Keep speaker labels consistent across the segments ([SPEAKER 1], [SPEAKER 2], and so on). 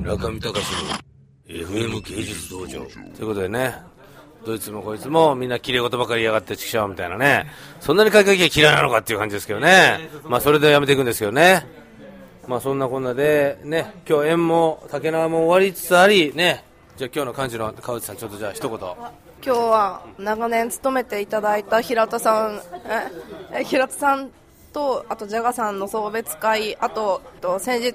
[SPEAKER 1] 中見隆の FM 芸術道場。ということでね、どいつもこいつもみんな綺麗事ばかり言いやがってちくしょうみたいなね、そんなに開会劇は嫌いなのかっていう感じですけどね、まあそれでやめていくんですけどね、まあそんなこんなで、ね、今日縁も竹縄も終わりつつあり、ね、じゃあ今日の幹事の川内さん、ちょっとじゃあ一言。
[SPEAKER 2] 今日は長年勤めていただいた平田さんええ平田さんとあとジャガさんの送別会あとと先日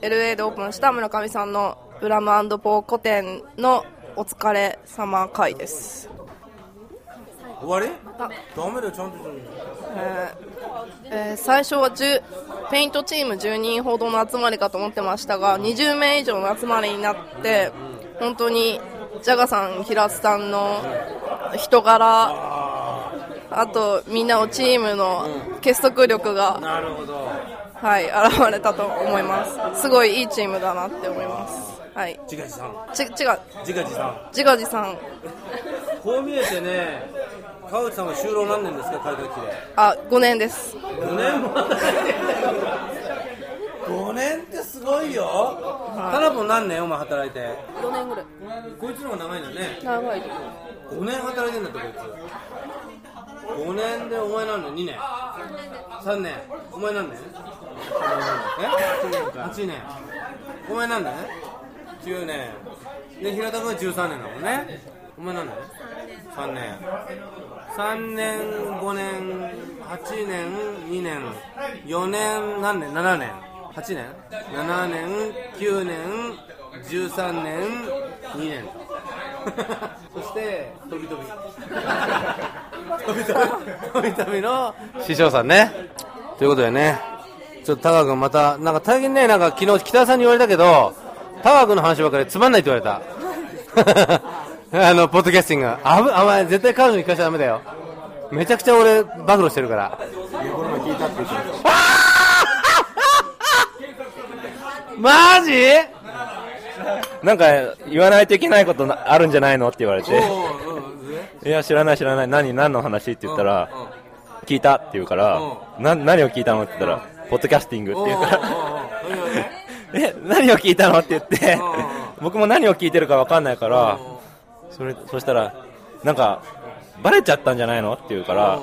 [SPEAKER 2] LA でオープンした村上さんのブラムポーコ展のお疲れ様会です、
[SPEAKER 1] 終わりダメだよ、ちゃんと。
[SPEAKER 2] えー最初は10ペイントチーム10人ほどの集まりかと思ってましたが20名以上の集まりになって本当にジャガさん平田さんの人柄あとみんなのチームの結束力が
[SPEAKER 1] なるほど。
[SPEAKER 2] はい、現れたと思います。すごいいいチームだなって思います。はい。
[SPEAKER 1] じかじさん、
[SPEAKER 2] ち、違う、
[SPEAKER 1] じかじさん。
[SPEAKER 2] ジガジさん、
[SPEAKER 1] こう見えてね、川内さんは就労何年ですか、開会期で。
[SPEAKER 2] あ、5年です。
[SPEAKER 1] 5年も5年ってすごいよ、タラポン何年お前働いて
[SPEAKER 2] 4年ぐらい。
[SPEAKER 1] こいつの方が長いんだね
[SPEAKER 2] 長いです。
[SPEAKER 1] 5年働いてんだってこいつ5年でお前何年2年3年お前何年え8年お前何年9年で平田君は13年だもんねお前何年3年3年5年8年2年4年何年7年8年7年9年13年2年そして飛び飛び飛び飛び飛び飛びの師匠さんねということでねちょっと高君またなんか大変ねなんか昨日北田さんに言われたけど高君の話ばかりつまんないって言われた あのポッドキャスティングあぶあま絶対彼女に聞かせちゃダメだよめちゃくちゃ俺暴露してるから マジ
[SPEAKER 3] なんか言わないといけないことなあるんじゃないのって言われて、
[SPEAKER 1] おううんえ
[SPEAKER 3] いや、知らない、知らない、何、何の話って言ったら、
[SPEAKER 1] うんうん
[SPEAKER 3] 聞いたって言うから、な何を聞いたのって言ったら、ポッドキャスティングって 言うから、
[SPEAKER 1] おうおうおうおうおう
[SPEAKER 3] え、何を聞いたのって言って
[SPEAKER 1] うんうん、
[SPEAKER 3] 僕も何を聞いてるか分かんないか
[SPEAKER 1] うんう
[SPEAKER 3] ら
[SPEAKER 1] ん、
[SPEAKER 3] それそしたら、なんか、バレちゃったんじゃないのって言うから、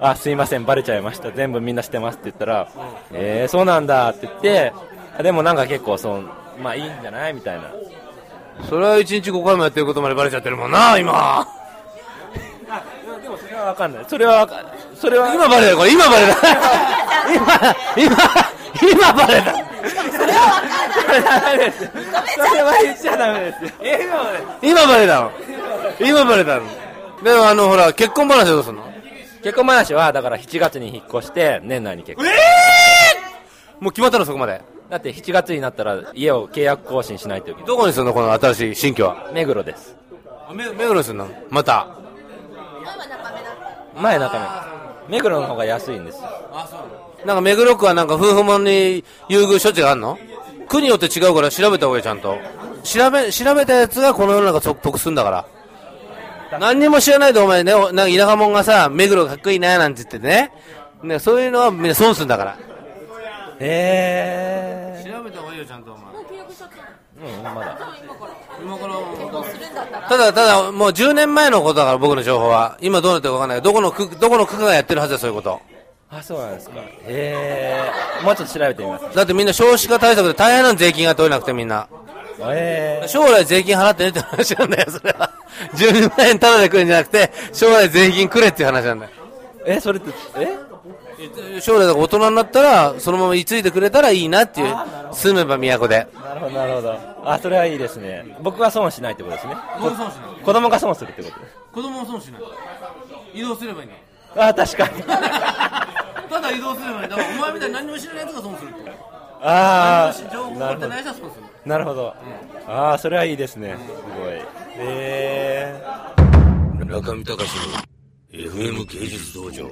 [SPEAKER 3] あ、すいません、バレちゃいました、全部みんな知ってますって言ったら、えー、そうなんだって言って、あでもなんか結構そう、まあいいんじゃないみたいな。
[SPEAKER 1] それは1日5回もやってることまでバレちゃってるもんな今
[SPEAKER 3] でもそれは分かんない。それは分かんない。それは
[SPEAKER 1] 今バレたこれ今バレた今今今バレた
[SPEAKER 3] ダメです。それは言っちゃダメですよ。笑顔で。
[SPEAKER 1] 今バレたの今バレたのでもあのほら結婚話はどうすんの
[SPEAKER 3] 結婚話は、だから7月に引っ越して、年内に結婚。
[SPEAKER 1] もう決まったのそこまで
[SPEAKER 3] だって7月になったら、家を契約更新しないといけない。
[SPEAKER 1] どこにすんのこの新しい新居は
[SPEAKER 3] 目黒です。
[SPEAKER 1] 目黒にすんのまた
[SPEAKER 3] 前中目。目黒の方が安いんですよ。
[SPEAKER 1] なんか目黒区はなんか夫婦もんに優遇処置があんの区によって違うから調べた方がいいちゃんと調べ調べたやつがこの世の中そ得すんだから何にも知らないでお前ねおなんか田舎者がさ目黒かっこいいななんて言ってねねそういうのはみんな損すんだから
[SPEAKER 3] へ
[SPEAKER 1] 調べた方がいいよちゃんとお前
[SPEAKER 3] ー。うん、まだ。
[SPEAKER 1] ただただもう10年前のことだから僕の情報は今どうなってるかわかんないけどどこの区どこの区がやってるはずだそういうこと
[SPEAKER 3] あ、そうなんですか。へー。もうちょっと調べてみます。
[SPEAKER 1] だってみんな少子化対策で大変なの税金が取れなくてみんな
[SPEAKER 3] へー。
[SPEAKER 1] 将来税金払ってねって話なんだよそれは10万円タダでくれんじゃなくて将来税金くれっていう話なんだよ
[SPEAKER 3] え、それって、え
[SPEAKER 1] 将来だから大人になったらそのまま居ついてくれたらいいなっていう住めば都で
[SPEAKER 3] なるほど、なるほど。あ、それはいいですね。僕は損しないってことですね。子供が損するってことです。
[SPEAKER 1] 子供も損しない移動すればいいの
[SPEAKER 3] あ、確 かに。
[SPEAKER 1] ただ移動すればいいだからお前みたいに何も知らないやつが損するって
[SPEAKER 3] ああ、なるほど。
[SPEAKER 1] 人は損する
[SPEAKER 3] なるほど。ああ、それはいいですね。すごい。ええ
[SPEAKER 1] 中見隆の FM 芸術道場